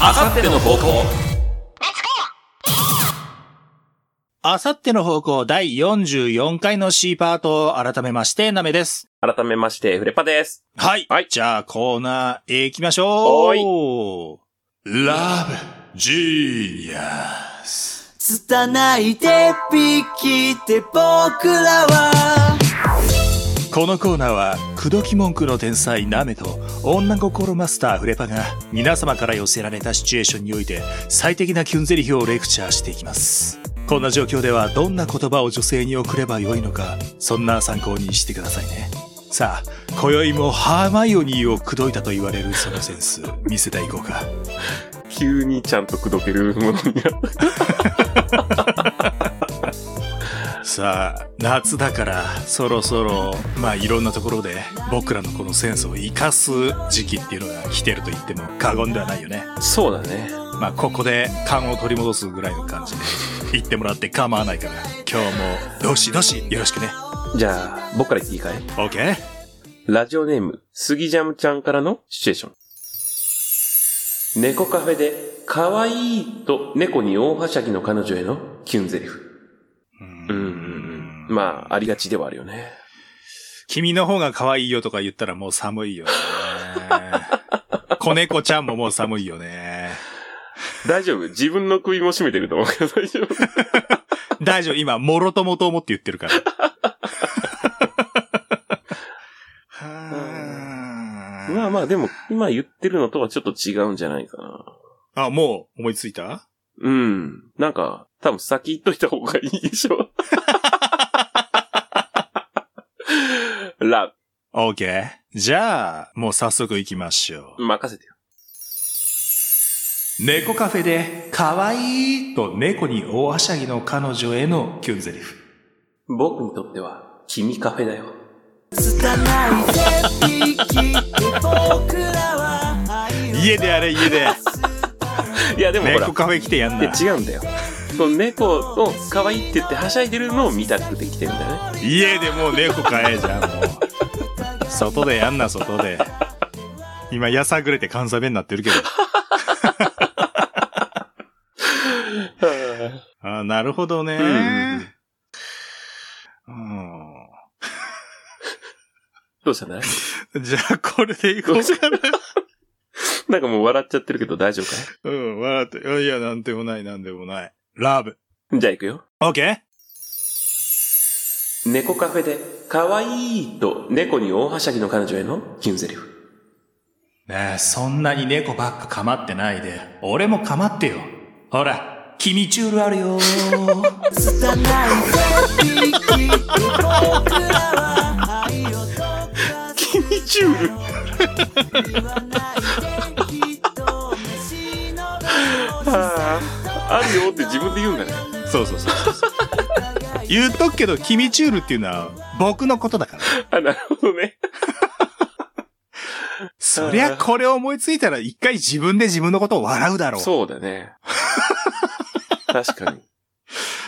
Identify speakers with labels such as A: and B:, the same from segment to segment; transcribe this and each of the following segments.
A: あさっての方向
B: あさっての方向第44回の C パートを改めまして、なめです。
A: 改めまして、フレパです。
B: はい。
A: はい
B: じゃあコーナーへ行きましょう。ラブ、ジーニアス。
C: 拙い手引きで僕らは
B: このコーナーは、口説き文句の天才ナメと、女心マスターフレパが、皆様から寄せられたシチュエーションにおいて、最適なキュンゼリフをレクチャーしていきます。こんな状況では、どんな言葉を女性に送ればよいのか、そんな参考にしてくださいね。さあ、今宵もハーマイオニーを口説いたと言われるそのセンス、見せていこうか。
A: 急にちゃんと口説けるものになっ
B: さあ、夏だから、そろそろ、まあいろんなところで、僕らのこのセンスを活かす時期っていうのが来てると言っても過言ではないよね。
A: た。そうだね。
B: まあ、ここで勘を取り戻すぐらいの感じで言ってもらって構わないから、今日もどしどしよろしくね。
A: じゃあ、僕から言っていいかい
B: OK?
A: ラジオネーム、スギジャムちゃんからのシチュエーション。猫カフェで、可愛いと猫に大はしゃぎの彼女へのキュンゼリフ。うんうんうん。まあ、ありがちではあるよね。
B: 君の方が可愛いよとか言ったらもう寒いよね。子猫ちゃんももう寒いよね。
A: 大丈夫自分の首も絞めてると思うけど大丈夫
B: 大丈夫、今、もろともと思って言って るから。はー
A: まあまあ、でも、今言ってるのとはちょっと違うんじゃないかな。
B: あ、もう思いついた
A: うん。なんか、多分先言っといた方がいいでしょ。ラ、
B: ?OK。じゃあ、もう早速行きましょう。
A: 任せてよ。
B: 猫カフェで可愛いと猫に大はしゃぎの彼女へのキュンゼリフ。
A: 僕にとっては、君カフェだよ。
C: 拙い手引きで僕らは
B: 家でやれ家で。
A: いや、でもほら
B: 猫、カフェ来てやん
A: い
B: な
A: や。違うんだよ。その猫を可愛いって言ってはしゃいでるのを見たくて来てるんだよね。
B: 家でもう猫飼えじゃん、もう。外でやんな、外で。今、やさぐれて関西弁になってるけど。あーなるほどね。
A: うんうん
B: うん
A: どうしたんだい
B: じゃあ、これでいこうかな。
A: なんかもう笑っちゃってるけど大丈夫か
B: うん、笑って。いやいや、なんでもない、なんでもない。ラブ。
A: いじゃあ行くよ。
B: オッケー
A: 猫カフェで、可愛いと猫に大はしゃぎの彼女へのキュンゼリフ。
B: ねえ、そんなに猫ばっか構ってないで、俺も構ってよ。ほら、君チュールあるよ
C: 拙い手引きで僕らは愛を解かず
A: 君チュール
C: 言わないきっと飯の
A: ああ、あるよって自分で言うんだね。
B: そうそうそうそう。言っとくけど、君チュールっていうのは僕のことだから。
A: あ、なるほどね。
B: そりゃこれを思いついたら一回自分で自分のことを笑うだろう。
A: そうだ ね。確かに。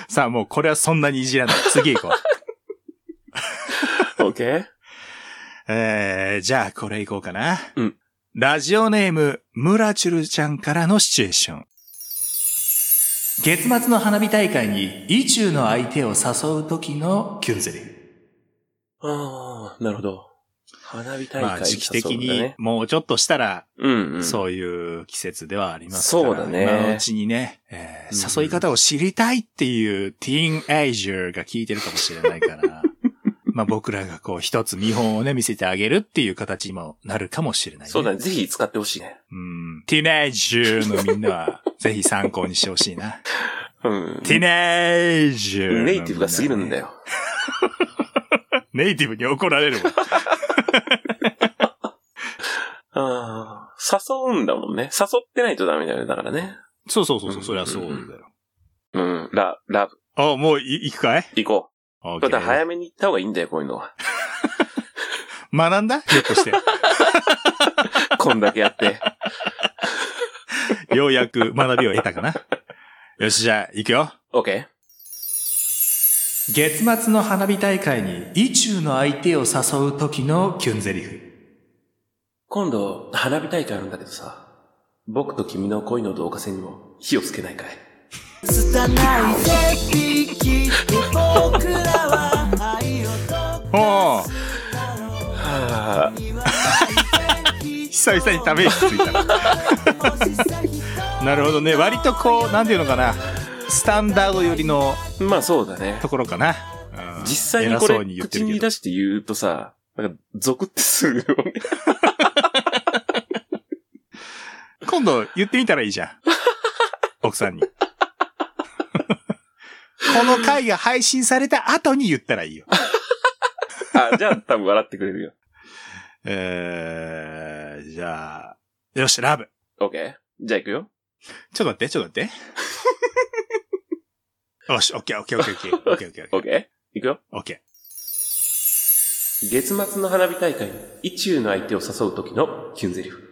B: さあもうこれはそんなにいじらない。次行こう。
A: オッケー
B: えー、じゃあこれ行こうかな。
A: うん
B: ラジオネーム、ムラチュルちゃんからのシチュエーション。月末の花火大会に、意中の相手を誘う時のキュンゼリー。
A: ああ、なるほど。花火大会、
B: まあ時期的
A: そうだ
B: に
A: ね、
B: もうちょっとしたら、
A: うん、うん。
B: そういう季節ではありますから。
A: そうだね
B: 今のうちにね、えー
A: うん
B: 誘い方を知りたいっていうティーンエイジャーが聞いてるかもしれない から、まあ僕らがこう一つ見本をね、見せてあげるっていう形にもなるかもしれない、ね。
A: そうだね。ぜひ使ってほしいね。
B: うん。ティネージュのみんなは、ぜひ参考にしてほしい な。
A: うん。
B: ティネージュのみんなね
A: ネイティブが過ぎるんだ。よ。
B: ネイティブに怒られるもん。
A: ああ、誘うんだもんね。誘ってないとダメだよね。だからね。
B: そうそうそうそう、そりゃそうだよ。
A: うん。ラ、ラブ。
B: あ、もうい行くかい
A: 行こ
B: オ
A: う。
B: ッケ
A: ただ
B: ー
A: 早めに行った方がいいんだよ、こういうのは。
B: 学んだひょっとして。
A: こんだけや って。
B: ようやく学びを得たかな。よし、じゃあ、行くよ。
A: オッケ
B: 月末の花火大会に、意中の相手を誘う時のキュンゼリフ。
A: ー今度、花火大会あるんだけどさ、僕と君の恋の導火線にも火をつけないかい
C: 拙い絶壁僕らは愛を
B: おお
A: はぁ、
B: 久々にため息ついたななるほどね割とこうなんていうのかなスタンダード寄りの
A: まあそうだね
B: と。ころかな、うん
A: 実際に
B: 偉
A: こ
B: そ
A: れ
B: うに言って
A: 口
B: るけ
A: に
B: ど
A: 出して言うとさ、なんか、ゾクってするよね。
B: 今度言ってみたらいい じゃん奥さんに この回が配信された後に言ったらいいよ
A: あ、じゃあ多分笑ってくれるよ。
B: えー、じゃあよしラブ
A: オッケーじゃあ行くよ。
B: ちょっと待って、ちょっと 待って。よし、オッケー、オッケー、オッケー、オッケー、オッケー、オ
A: オ
B: ッ
A: ッ
B: ケー、
A: ケー行くよ。
B: オッケ
A: 月末の花火大会に意中の相手を誘う時のキュンゼリフ。
B: ー。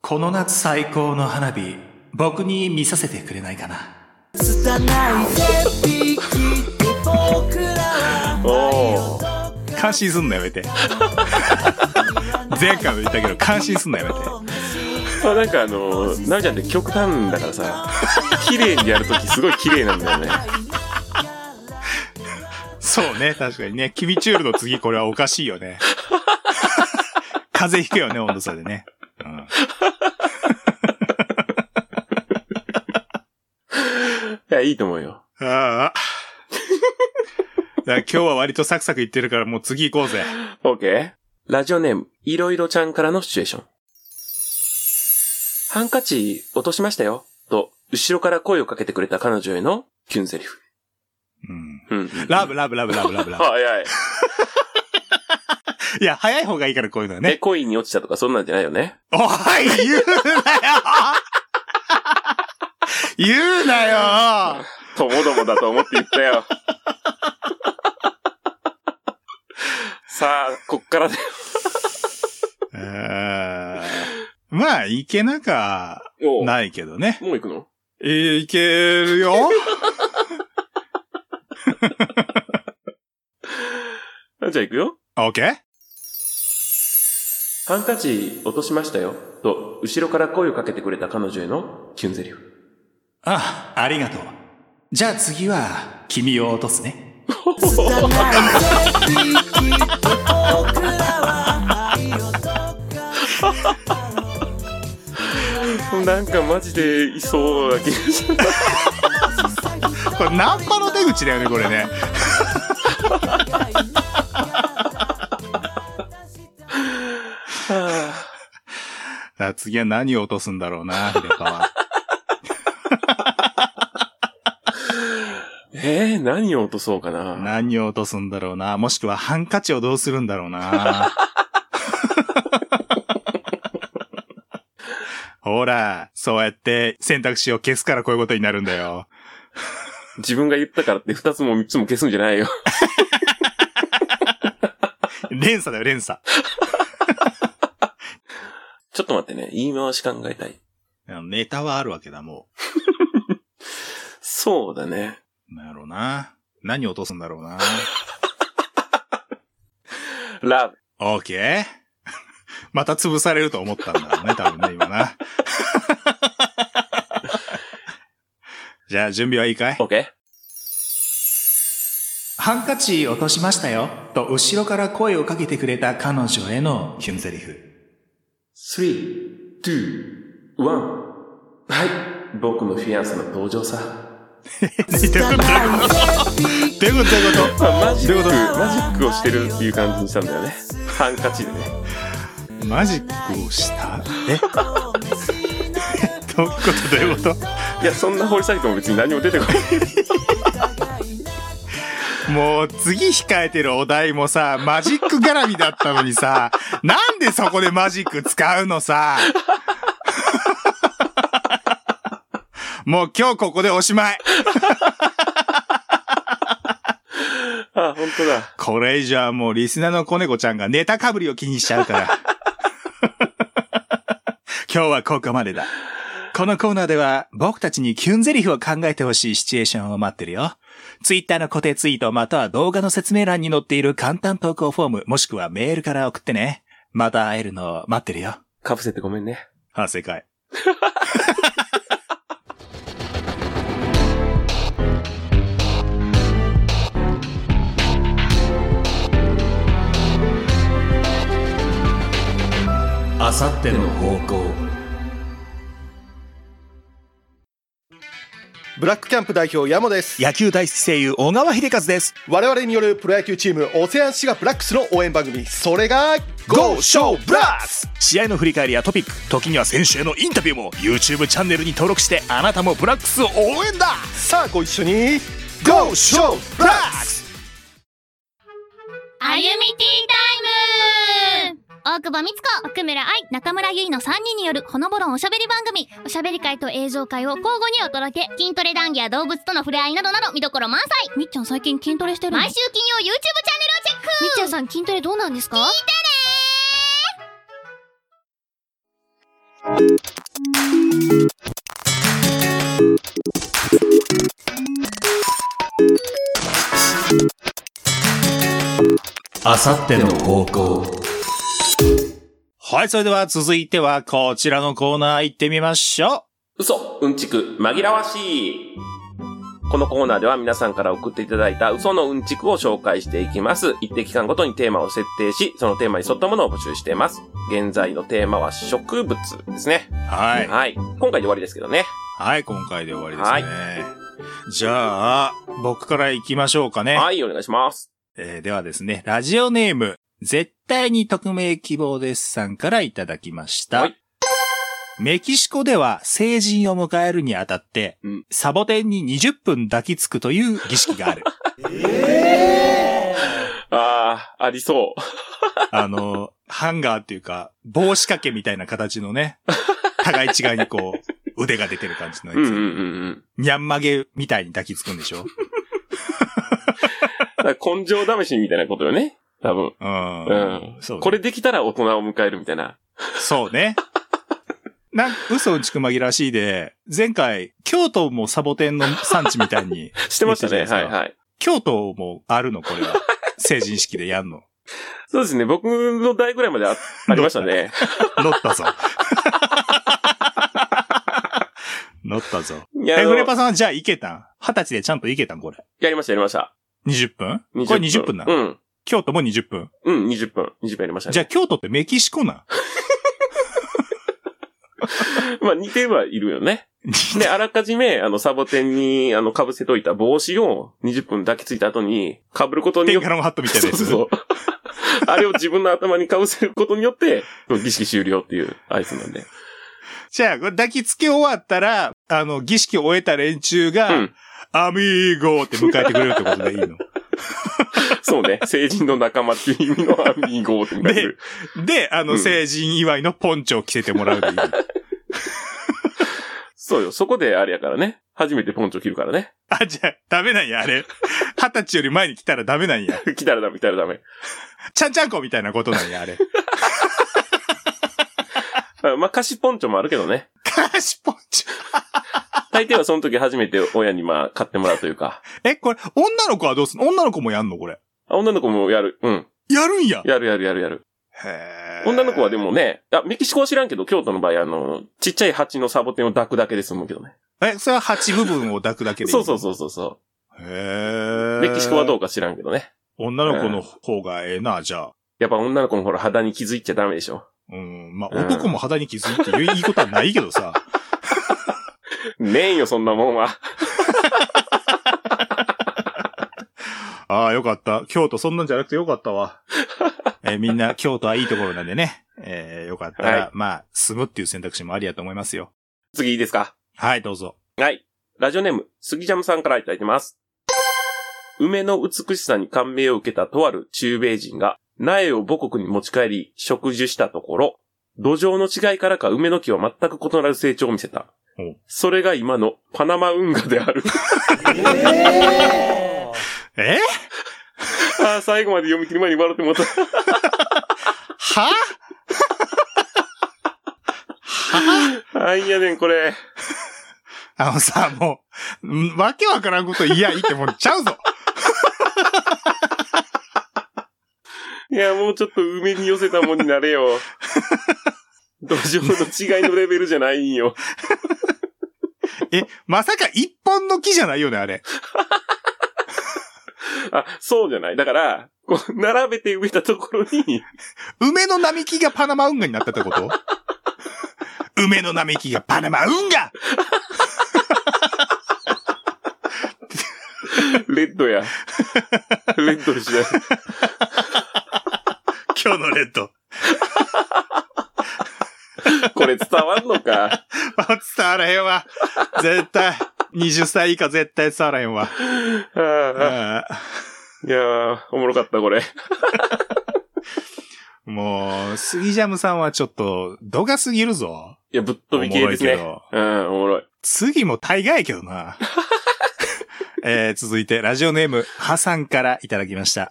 B: この夏最高の花火、僕に見させてくれないかな。
C: 拙い絶壁僕らは
A: おー。
B: 感心すんのやめ て。前回も言ったけど、感心すんのやめて。
A: まあなんかあのー、なみちゃんって極端だから さ、綺麗にやるときすごい綺麗なんだよね。
B: そうね、確かにね。キビチュールの次、これはおかしいよ ね。風邪ひくよね、温度差でね。うん。
A: いや、いいと思うよ。
B: ああ。だから今日は割とサクサクいってるから、もう次行こうぜ。
A: オッケーラジオネーム、いろいろちゃんからのシチュエーション。ハンカチ落としましたよ、と、後ろから声をかけてくれた彼女へのキュンゼリフ。
B: う
A: う
B: ん。
A: ん。
B: ラブ、ラブ、ラブ、ラブ、ラブ、ラブ。
A: 早い。
B: いや、早い方がいいからこういうのは
A: ね、
B: ね。
A: 恋に落ちたとかそんなんじゃないよね。
B: おい、言うなよ言う なよ
A: ともどもだと思って言ったよ。 さあ、こっからで。
B: うーんまあ、いけなか、
A: おうも
B: ないけどね。
A: う行くの
B: えいけるよ
A: あじゃあ行くよ。
B: オッケー
A: ハンカチ落としましたよ、と、後ろから声をかけてくれた彼女へのキュンゼリフ。
B: あ、ありがとう。じゃあ次は、君を落とすね。
A: なんかマジでいそうな気がする。
B: これ、ナンパの手口だよね、これね。 あ次は何を落とすんだろうな、ヒデカは。
A: えー、何を落とそうかな。
B: 何を落とすんだろうな。もしくはハンカチをどうするんだろうな。 ほら、そうやって選択肢を消すからこういうことになるんだよ。
A: 自分が言ったからって二つも三つも消すんじゃないよ。
B: 連鎖だよ、連鎖。
A: ちょっと待ってね。言い回し考えたい。
B: ネタはあるわけだ、も
A: そうだね。
B: う。なるほどな。何を落とすんだろうな。
A: ラブ。
B: オーケー また潰されると思ったんだろうね、多分ね、今な。 じゃあ、準備はいいかい
A: オッケー
B: ハンカチ落としましたよ。と、後ろから声をかけてくれた彼女へのキュンゼリフ。
A: ?3、2、1。はい。僕のフィアンセの登場さ。
B: どういうことどういうことどういう
A: ま
B: こ
A: あ、マジッ
B: どういう
A: ク、
B: こと
A: マジックをしてるっていう感じにしたんだよね。ハンカチでね。
B: とマジックをしたえ どういうことどういうこと
A: いや、そんな掘り下げても別に何も出てこ ない。
B: もう、次控えてるお題もさ、マジック絡みだったのにさ、なんでそこでマジック使うのさ。もう今日ここでおしまい。
A: あ、本当だ。
B: これ以上はもうリスナーの子猫ちゃんがネタかぶりを気にしちゃうから。 今日はここまでだ。このコーナーでは僕たちにキュンゼリフを考えてほしいシチュエーションを待ってるよ。ツイッターの固定ツイートまたは動画の説明欄に載っている簡単投稿フォームもしくはメールから送ってね。また会えるのを待ってるよ。
A: かぶせてごめんね。
B: 反省会。あさっての方向
D: ブラックキャンプ代表ヤモです
B: 野球大好き声優小川秀和です
D: 我々によるプロ野球チームオセアンシガブラックスの応援番組それが
B: GO SHOW BLAST 試合の振り返りやトピック時には選手へのインタビューも YouTube チャンネルに登録してあなたもブラックスを応援だ
D: さあご一緒に
B: GO SHOW BLAST
E: あゆみティータイム大久保美津子、奥村愛、中村ゆいの3人によるほのぼろんおしゃべり番組おしゃべり会と映像会を交互にお届け筋トレ談義や動物との触れ合いなどなど見どころ満載
F: みっちゃん最近筋トレしてるの
E: 毎週金曜 YouTube チャンネルをチェック
F: みっちゃんさん筋トレどうなんですか
B: あさっての方向はいそれでは続いてはこちらのコーナー行ってみましょ
A: 嘘、うんちく、紛らわしい。このコーナーでは皆さんから送っていただいた嘘のうんちくを紹介していきます。一定期間ごとにテーマを設定し、そのテーマに沿ったものを募集しています。現在のテーマは植物ですね
B: う。はい
A: はい。今回で終わりですけどね。
B: はい今回で終わりですね、じゃあ僕から行きましょうかね
A: はい、お願いします。
B: えーではですね、ラジオネーム、絶対に匿名希望ですさんからいただきました。
A: はい
B: メキシコでは成人を迎えるにあたって、
A: うん
B: サボテンに20分抱きつくという儀 式がある。
A: ああ、ありそう。
B: あの、ハンガーっていうか、帽子掛けみたいな形の ね、互い違いにこう、腕が出てる感じの
A: うんうん
B: やつ。
A: うんうん。
B: にゃんまげみたいに抱きつくんでしょ
A: だから根性試しみたいなことよね。多分。
B: う
A: う
B: ん。
A: ん。
B: そうね
A: これできたら大人を迎えるみたいな。
B: そうね。なん嘘うんちく紛らわしいで、前回、京都もサボテンの産地みたい に、
A: してましたね。
B: 言ってた
A: は
B: じ
A: い
B: ゃないですか
A: はい。
B: 京都もあるの、これは。成人式でやんの。
A: そうですね。僕の代ぐらい まであありましたね。
B: 乗ったぞ。乗ったぞ。
A: い
B: え、
A: や、あの
B: フレパさんはじゃあ行けたん二十歳でちゃんと行けたんこれ。
A: やりました、やりました。
B: 20分これ20分な、、
A: うんん。
B: 京都も20分。
A: うん、20分。20分やりましたね。
B: じゃあ京都ってメキシ コなん
A: まあ似てはいるよね。で、あらかじめ、あの、サボテンに、あの、被せといた帽子を20分抱きついた後に、被ることに
B: 天
A: よって
B: 下、のハットみたいな
A: そう
B: や
A: そ
B: つ。
A: うそう。あれを自分の頭に被せることによって、儀式終了っていう合図なんで。
B: じゃあ、これ抱きつけ終わったら、あの、儀式を終えた連中が、
A: うん
B: アミーゴーって迎えてくれるってことでいいの。
A: そうね。成人の仲間っていう意味のアミーゴってなる。
B: で、あの、
A: うん
B: 成人祝いのポンチョを着せてもらうでい いの。
A: そうよ。そこであれやからね。初めてポンチョ切るからね。
B: あ、じゃあ、ダメなんや、あれ。二十歳より前に来たらダメなんや。
A: 来たらダメ、来たらダメ。
B: ちゃんちゃんこみたいなことなんや、あれ。
A: あまあ、菓子ポンチョもあるけどね。
B: からしポンチョ。
A: 大抵はその時初めて親にまあ、買ってもらうというか。
B: え、これ、女の子はどうすんの女の子もやんのこれ。
A: あ女の子もやる。うん。
B: やるんや。
A: やるやるやるやる。
B: へー
A: 女の子はで。もね、あ、メキシコは知らんけど、京都の場合、あの、ちっちゃい蜂のサボテンを抱くだけで済むけどね。
B: え、それは鉢部分を抱くだけでいい
A: そうそう
B: う。
A: そうそうそ
B: へ
A: う。
B: ー
A: メキシコはどうか知らんけどね。
B: 女の子の方がええな、じゃあ。
A: やっぱ女の子のほら肌に気づいちゃダメで しょ。
B: うん、まあ、
A: うん
B: 男も肌に気づいて言ういいことはないけ どさ。
A: ねえよ、そんなもんは。
B: ああ、よかった。京都そんなんじゃなくてよかった わ。えーみんな京都はいいところなんでね。えーよかったら、
A: はい
B: まあ、住むっていう選択肢もありやと思いますよ。
A: 次いいですか
B: はい、どうぞ。
A: はい。ラジオネーム、杉ジャムさんからいただいてます。梅の美しさに感銘を受けたとある中米人が、苗を母国に持ち帰り、植樹したところ、土壌の違いからか梅の木は全く異なる成長を見せた
B: ほう。
A: それが今のパナマ運河である。
B: えー
A: ああ、最後まで読み切る前に笑ってもらった。
B: は
A: はい、やねん、これ。
B: あのさ、もう、んわけわからんこと言いやいいってもうちゃうぞ。
A: いや、もうちょっと梅に寄せたもんになれよ。土壌の違いのレベルじゃないんよ。
B: え、まさか一本の木じゃないよね、あれ。
A: あ、そうじゃない。だから、こう、並べて植えたところに、
B: 梅の並木がパナマ運河になったってこと 梅の並木がパナマ 運河
A: レッド や。レッドにしない。
B: 今日のレッド。
A: これ伝わんのか。
B: 伝わらへんわ。絶対。20歳以下絶対伝わらへんわ。
A: ああいやー、おもろかった、これ。
B: うんもう、スギジャムさんはちょっと、度が過ぎるぞ。
A: いや、ぶっ飛び系です
B: おも
A: ね。
B: ろいけど
A: うん、おもろい。
B: 次も大概やけどな。えー続いて、ラジオネーム、ハさんからいただきました。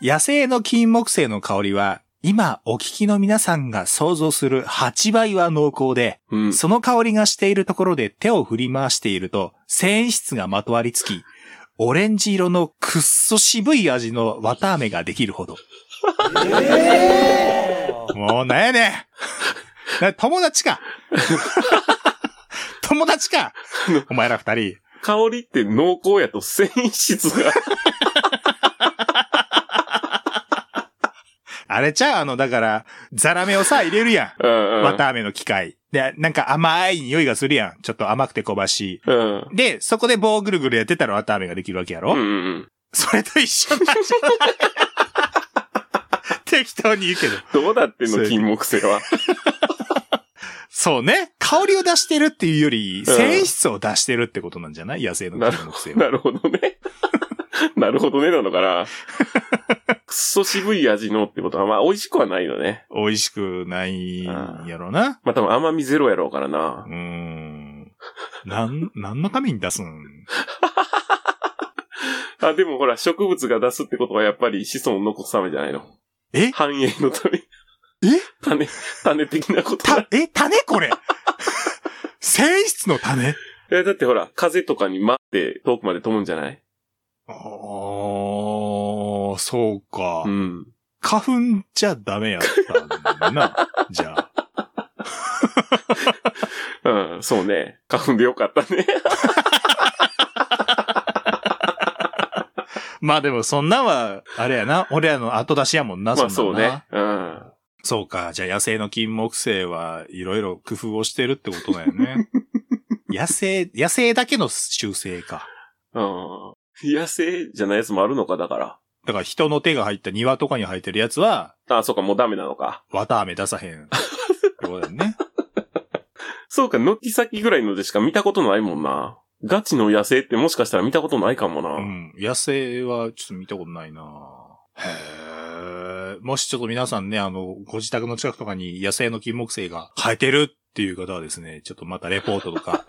B: 野生の金木犀の香りは、今お聞きの皆さんが想像する8倍は濃厚で、
A: うん。
B: その香りがしているところで手を振り回していると、繊維質がまとわりつき、オレンジ色のくっそ渋い味の綿飴ができるほど。もうなんやねんな友 達か友達かお前ら二人。
A: 香りって濃厚やと繊維質 が。
B: あれちゃうあの、だから、ザラメをさ、入れるや。
A: うんうんん。
B: 綿飴の機械。で、なんか甘い匂いがするやん。ちょっと甘くて香ばし
A: うん。
B: い。で、そこで棒ぐるぐるやってたら綿飴ができるわけやろ
A: うんうん。
B: それと一緒なんじゃない 適当に言うけど。
A: どうだってんの、金木犀 は。
B: そうね。香りを出してるっていうより、
A: うん
B: 繊維質を出してるってことなんじゃない野生の金木犀は。
A: なるほどね。 なるほどね、なのかな。くっそ渋い味のってことは、まあ、美味しくはないよね。
B: 美味しくないんやろな。
A: まあ、多分甘みゼロやろうからな
B: う。ーん。なん、何のために出すん
A: あ、でもほら、植物が出すってことは、やっぱり子孫を残すためじゃないの。
B: え
A: 繁栄のため。え種、種的なことだ
B: た、え、種これ 繊維質の種
A: え、だってほら、風とかに待って遠くまで飛ぶんじゃない
B: あー、そうか。
A: うん。
B: 花粉じゃダメやったんだな。じゃあ。
A: うん、そうね。花粉でよかったね。
B: まあでもそんなんは、あれやな、俺らの後出しやもんな、
A: まあ
B: そ
A: そ
B: ん
A: う
B: なんな
A: ね。。うん。
B: そうか、じゃあ野生の金木犀はいろいろ工夫をしてるってことだよね。 野生、野生だけの習性か。
A: うん。野生じゃないやつもあるのか、だか
B: だから人の手が入った庭とかに生えてるやつは、
A: ら。あ、そうか、もうダメなのか。
B: 綿飴出さへん。ってことだよね。
A: そうか、軒先ぐらいのでしか見たことないもんな。ガチの野生ってもしかしたら見たことないかもな。
B: うん。野生はちょっと見たことないなへえ。もしちょっと皆さんね、あの、ご自宅の近くとかに野生の金木犀が生えてるっていう方はですね、ちょっとまたレポートと か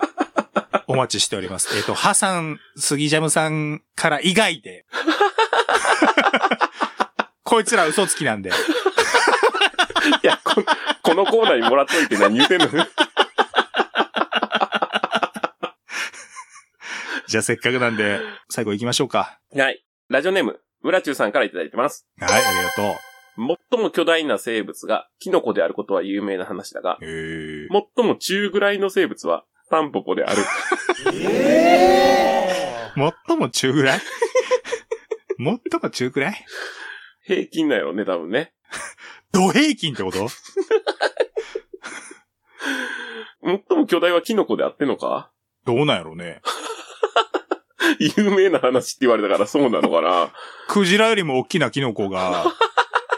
B: お待ちしております。えっ、と、ハさん、スギジャムさんから以外 で。こいつら嘘つきなんで。
A: いやこ、 このコーナーにもらっといて何言うてんの
B: じゃあせっかくなんで、最後行きましょうか。
A: はい。ラジオネーム、村中さんからいただいてます。
B: はい、ありがとう。
A: 最も巨大な生物がキノコであることは有名な話だが、
B: へえ。
A: 最も中ぐらいの生物はタンポポで ある。
B: 最も中ぐらい 最も中くらい
A: 平均なんやろね、多分ね。
B: 土平均ってこと
A: 最も巨大はキノコであってんのか
B: どうなんやろうね。
A: 有名な話って言われたからそうなのか な
B: クジラよりも大きなキノ コが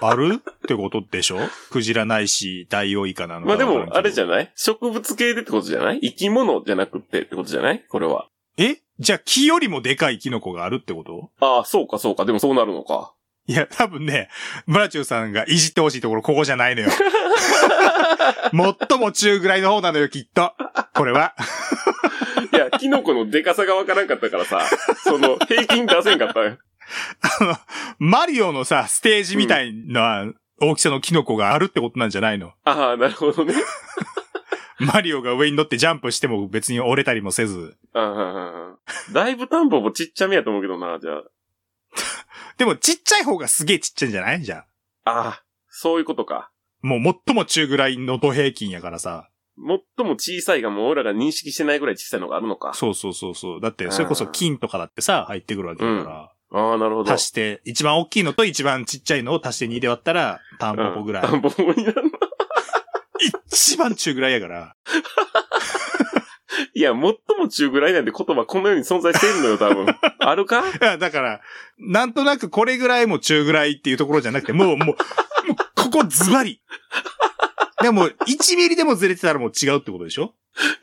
B: あるってことでしょクジラないし、ダイオウイカなのか
A: まあでも、あれじ
B: ゃ
A: ゃない植物系でってことじゃない生き物じゃなくてってことじゃないこれは。
B: えじゃあ木よりもでかいキノコがあるってこと
A: ああ、そうかそうか。でもそうなるの か。
B: いや、多分ね、ブラチューさんがいじってほしいところここじゃない のよ。最も中ぐらいの方なのよ、きっと。これは。
A: いや、キノコのデカさがわからんかったからさ、その、平均出せんかったよ。
B: あの、マリオのさ、ステージみたいな大きさのキノコがあるってことなんじゃないの
A: ああ、なるほどね。
B: マリオが上に乗ってジャンプしても別に折れたりもせず。
A: ああ、だいぶタンポポちっちゃめやと思うけどな、じゃあ。
B: でもちっちゃい方がすげえちっちゃいんじゃないじゃあ。
A: ああ、そういうことか。
B: もう最も中ぐらいの土平均やからさ。
A: 最も小さいがもう俺らが認識してないぐらい小さいのがあるのか。
B: そうそうそうそう。だって、それこそ金とかだってさ、入ってくるわけだか
A: ああ、なるほ
B: ら。
A: ど。
B: 足して、一番大きいのと一番ちっちゃいのを足して2で割ったら、タンポポぐらい。
A: うんタンポポになる
B: 一番中ぐらいやから。
A: いや、最も中ぐらいなんて言葉この世に存在してるのよ、多 分。あるか
B: いやだから、なんとなくこれぐらいも中ぐらいっていうところじゃなくて、もう、もう、もうここズバリ。でも、1ミリでもずれてたらもう違うってことでしょ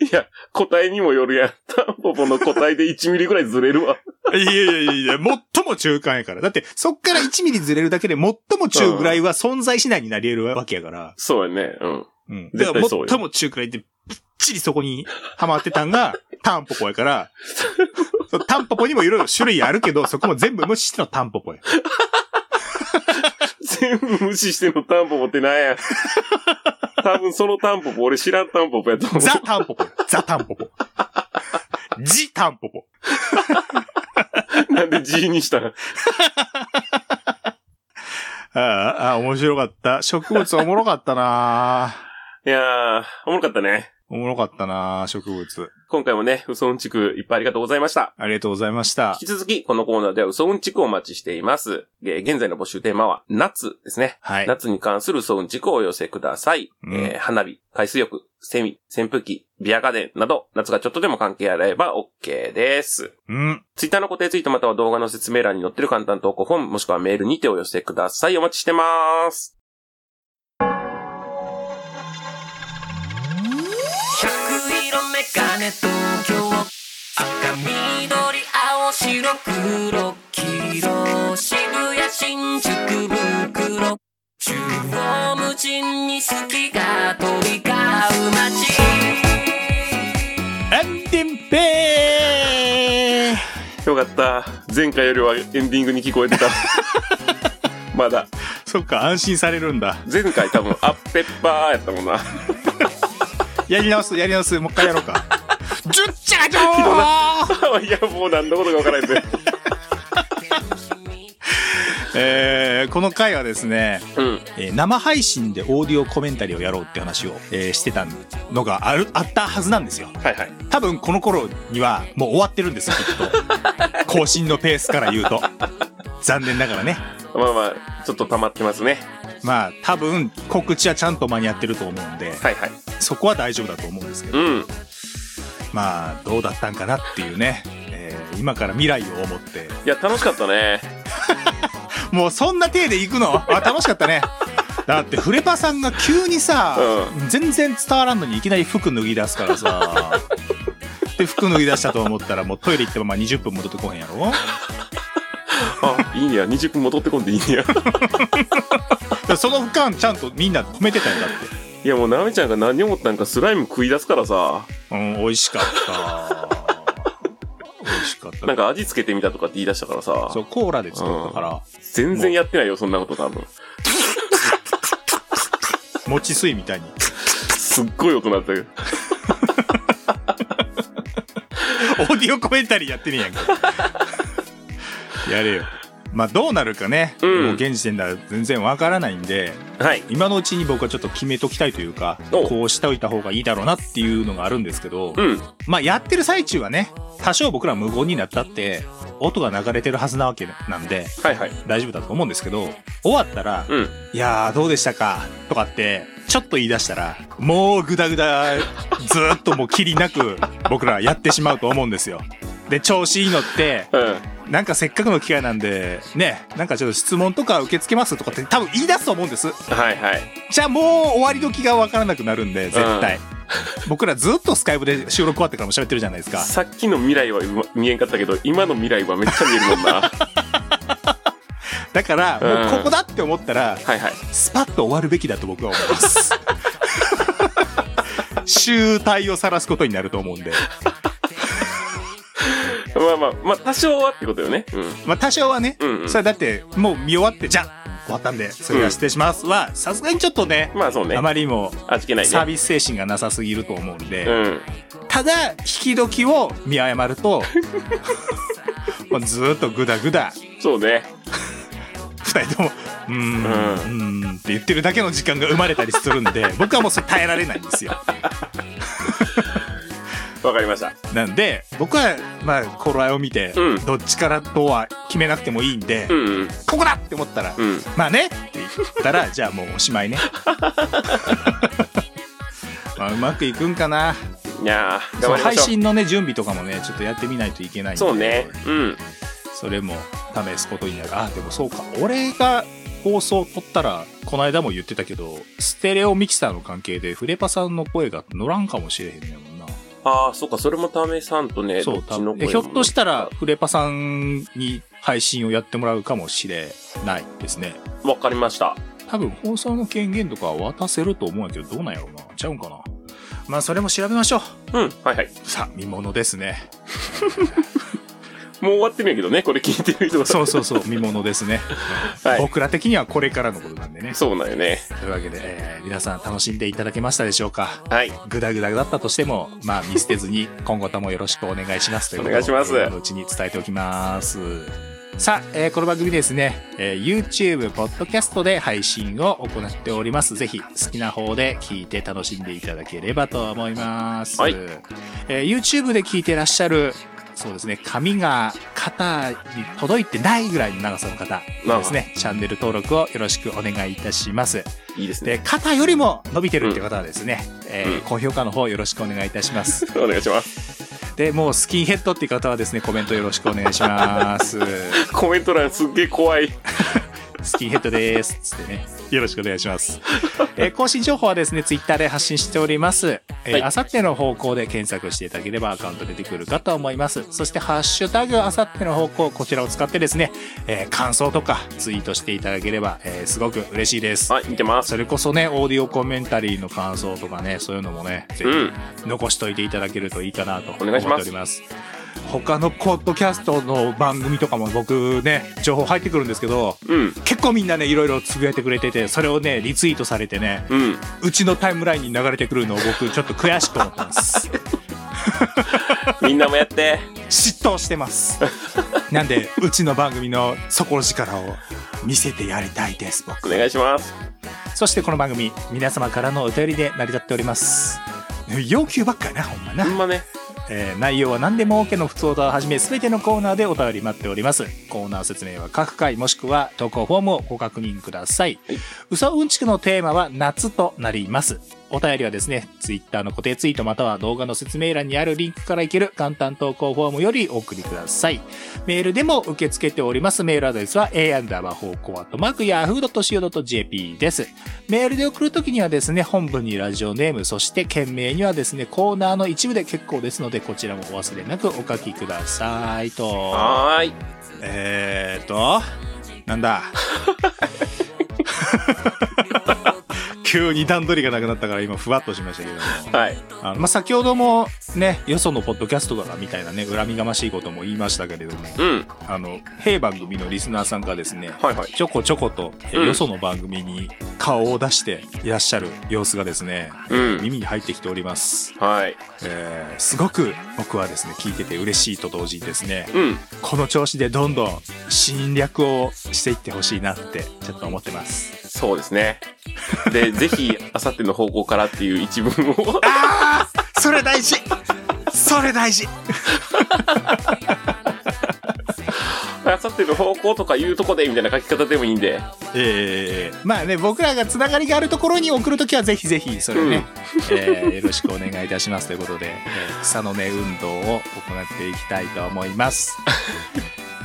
A: いや、答えにもよるやん。タンポポの答えで1ミリぐらいずれるわ。
B: いやいやいやいや、最も中間やから。だって、そっから1ミリずれるだけで、最も中ぐらいは存在しないになり得るわけやから。
A: そうやね。うん。
B: うん。だ
A: 絶
B: か
A: 対
B: ら、
A: そうよ
B: 最も中くらいで、ぶっちりそこにハマってた んが、タンポポやから、そうタンポポにもいろいろ種類あるけど、そこも全部無視してのタンポポや。
A: 全部無視してのタンポポってなんや。多分そのタンポポ、俺知らんタンポポやと思う。
B: ザタンポポや。ザタンポポ。ジタンポポ。
A: なんで G にしたん
B: ああ、ああ面白かった。植物おもろかったない
A: やー、おもろかったね。
B: おもろかったな植物。
A: 今回もね、嘘うんちくいっぱいありがとうございました。
B: ありがとうございました。
A: 引き続き、このコーナーでは嘘うんちくをお待ちしています。えー現在の募集テーマは、夏ですね。
B: はい。
A: 夏に関する嘘うんちくをお寄せください。
B: うん
A: えー花火、海水浴、セミ、扇風機、ビアガーデンなど、夏がちょっとでも関係あれば OK です。
B: うん。
A: ツイッターの固定ツイートまたは動画の説明欄に載ってる簡単投稿フォーム、もしくはメールにてお寄せください。お待ちしてます。
C: 百色メガネ東京赤緑青白黒黄色渋谷新宿袋中央無尽に好きが飛び交う街
B: エンディンペー
A: よかった。前回よりはエンディングに聞こえてた。 まだ。
B: そっか、安心されるんだ。
A: 前回多分、アッペッパーやったもんな。
B: やり直す、やり直す、もう一回やろうか。ジュッチャジョー
A: いや、もう何のことか分からへんぜ。
B: えー、この回はですね、
A: うん。
B: えー生配信でオーディオコメンタリーをやろうって話を、えーしてたのがあるあったはずなんですよ。
A: はいはい。
B: 多分この頃にはもう終わってるんですよ、きっと。更新のペースから言うと。残念ながらね。
A: まあまあ、ちょっと溜まってますね。
B: まあ、多分告知はちゃんと間に合ってると思うんで、
A: はいはい。
B: そこは大丈夫だと思うんですけど
A: う、ん。
B: まあ、どうだったんかなっていうね。えー今から未来を思って
A: いや、楽しかったね。
B: もうそんな体で行くのあ楽しかったねだってフレパさんが急にさ、全然伝わらんのにいきなり服脱ぎ出すからさで服脱ぎ出したと思ったらもうトイレ行ってもまあ20分戻ってこへんやろ
A: あ、いいんや。20分戻ってこんでいいんや。
B: でその間ちゃんとみんな褒めてたんだっ
A: いや、もうなめちゃんが何思ったんかスライム食い出すからさ、
B: てうん美味しかった美味しかった
A: なんか味付けてみたとかって言い出したからさ
B: そ、うコーラで作ったから
A: 全然やってないよ、そんなこと多分。
B: 餅水みたいに
A: すっごい音なってる。
B: オーディオコメンタリーやってねえやんかやれよまあどうなるかね、
A: うん
B: もう現時点では全然わからないんで
A: はい。
B: 今のうちに僕はちょっと決めときたいというか
A: お
B: こうしておいた方がいいだろうなっていうのがあるんですけど、
A: うん。
B: まあやってる最中はね多少僕ら無言になったって音が流れてるはずなわけなんで
A: はいはい。
B: 大丈夫だと思うんですけど終わったら「
A: うん
B: いやーどうでしたか?」とかってちょっと言い出したらもうグダグダずーっともうきりなく僕らやってしまうと思うんですよ。で調子いいのって
A: うん。
B: なんかせっかくの機会なんでねなんかちょっと質問とか受け付けますとかって多分言い出すと思うんです。
A: はいはい。
B: じゃあもう終わり時が分からなくなるんで絶対、僕らずっとスカイプで収録終わってからも喋ってるじゃないですか
A: さっきの未来はうま見えんかったけど、今の未来はめっちゃ見えるもん な。は
B: だから
A: うん
B: もうここだって思ったら
A: いはい。
B: スパッと終わるべきだと僕は思いま す集大を晒すことになると思うんで、
A: まあまあ、まあ多少はってことよね。うん。
B: まあ、多少はね、
A: うんうん
B: それだってもう見終わってじゃあ終わったんでそれは失礼しますはさすがにちょっとね
A: まあそうね。
B: あまりにも
A: 味気ないね。
B: サービス精神がなさすぎると思うんで、
A: うん。
B: ただ引き時を見誤 るともうずーっとグダグダ
A: そうね。
B: 二人ともうーんうーんって言ってるだけの時間が生まれたりするん で僕はもうそれ耐えられないんですよ
A: わかりました。
B: なんで僕はまあ頃合いを見て、
A: うん
B: どっちからとは決めなくてもいいんで、
A: うんうん。
B: ここだって思ったら、
A: うん。
B: まあねって言ったらじゃあもうお しまいねまあうまくいくんかない
A: やー、頑
B: そう
A: 張りま
B: 配
A: しょう。
B: 信のね準備とかもねちょっとやってみないといけないんで
A: そうね。うん。
B: それも試すことになるあでもそうか俺が放送を撮ったらこの間も言ってたけどステレオミキサーの関係でフレパさんの声が乗らんかもしれへんねんもんな
A: ああ、そっか、それも試さんとね、
B: そ
A: ど
B: う
A: っちの
B: え
A: 声
B: ひょっとしたら
A: も
B: フレパさんに配信をやってもらうかもしれないですね
A: わかりました。
B: 多分放送の権限とかは渡せると思うんやけどどうなんやろうなちゃうんかなまあそれも調べましょう
A: うん、はいはい。
B: さあ見ものですね
A: もう終わってるんやけどね、これ聞いてる人が。
B: そうそうそう見ものですね、
A: はい
B: 僕ら的にはこれからのことなんでね
A: そうなんよね。
B: というわけで、えー皆さん楽しんでいただけましたでしょうか
A: はい。
B: グダグダだったとしても、まあ見捨て ずに今後ともよろしくお願いしますということ
A: お
B: を
A: 願いします
B: 今のうちに伝えておきます。さあ、えーこの番組ですね、えー YouTube、Podcast で配信を行っております。ぜひ好きな方で聞いて楽しんでいただければと思います。
A: はい
B: えー YouTube で聞いてらっしゃるそうですね髪が肩に届いてないぐらいの長さの方ですねチャンネル登録をよろしくお願いいたします
A: いいですね。
B: で肩よりも伸びてるって方はですね、えー
A: うん
B: 高評価の方よろしくお願いいたします
A: お願いします。
B: でもうスキンヘッドっていう方はですねコメントよろしくお願いします
A: コメント欄すっげえ怖 い。
B: スキンヘッドですっつってねよろしくお願いします、えー更新情報はですねツイッターで発信しておりますえー
A: はい
B: あさっての方向で検索していただければアカウント出てくるかと思いますそして「ハッシュタグあさっての方向」こちらを使ってですね、えー感想とかツイートしていただければ、えーすごく嬉しいです
A: はい、見てます。
B: それこそねオーディオコメンタリーの感想とかねそういうのもねぜ
A: うん。
B: ひ残しといていただけるといいかなと思
A: お願い
B: っ
A: してます
B: おります他のポッドキャストの番組とかも僕ね情報入ってくるんですけど
A: うん。
B: 結構みんなねいろいろつぶやいてくれててそれをねリツイートされてね
A: うん。
B: うちのタイムラインに流れてくるのを僕ちょっと悔しく思ってます
A: みんなもやって。
B: 嫉妬してますなんでうちの番組の底力を見せてやりたいです僕
A: お願いします。
B: そしてこの番組皆様からのお便りで成り立っております要求ばっかやなほんまな
A: ほ、んまね。
B: えー内容は何でも OK の普通歌をはじめ全てのコーナーでお便り待っておりますコーナー説明は各回もしくは投稿フォームをご確認ください、
A: はいう
B: さうんちくのテーマは夏となりますお便りはですね Twitter の固定ツイートまたは動画の説明欄にあるリンクからいける簡単投稿フォームよりお送りくださいメールでも受け付けておりますメールアドレスは a アンダーバー方向アットマーク yahoo.co.jp ですメールで送るときにはですね、本文にラジオネーム、そして件名にはですね、コーナーの一部で結構ですので、こちらもお忘れなくお書きくださいと。
A: はーい。
B: えーっと、なんだ。 急に段取りがなくなったから今ふわっとしましたけども。
A: はい。
B: あのまあ、先ほどもね、よそのポッドキャストからみたいなね、恨みがましいことも言いましたけれども、
A: うん。
B: あの、平番組のリスナーさんがですね、
A: はいはい。
B: ちょこちょこと、え
A: うん
B: よその番組に顔を出していらっしゃる様子がですね、
A: うん。
B: 耳に入ってきております、
A: はい。
B: えーすごく僕はですね聞いてて嬉しいと同時にですね
A: うん。
B: この調子でどんどん侵略をしていってほしいなってちょっと思ってます
A: そうですね。で、ぜひ、あさっての方向からっていう一文を。
B: あーそれ大事それ大事
A: あさっての方向とかいうとこでみたいな書き方でもいいんで。
B: えー、まあね僕らがつながりがあるところに送るときはぜひぜひそれをね、えーよろしくお願いいたしますということで、えー草の根運動を行っていきたいと思い ます、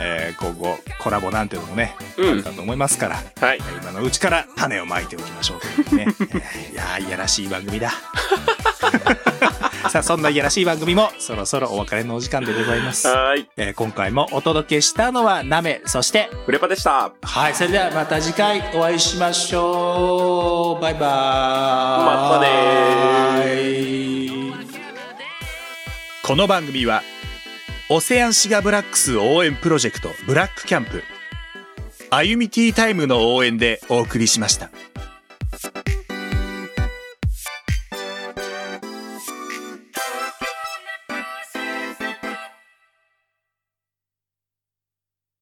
B: えー、今後コラボなんてのもね、
A: うん
B: あるかと思いますから
A: はい。
B: 今のうちから種をまいておきましょうということでね、えーいやーいやらしい番組だ さあそんないやらしい番組もそろそろお別れのお時間でございます、
A: はーい。
B: えー今回もお届けしたのはナメそして
A: フレパでした。
B: はい、それではまた次回お会いしましょう。バイバーイ。またねこの番組は、オセアンシガブラックス応援プロジェクトブラックキャンプ、歩みティータイムの応援でお送りしました。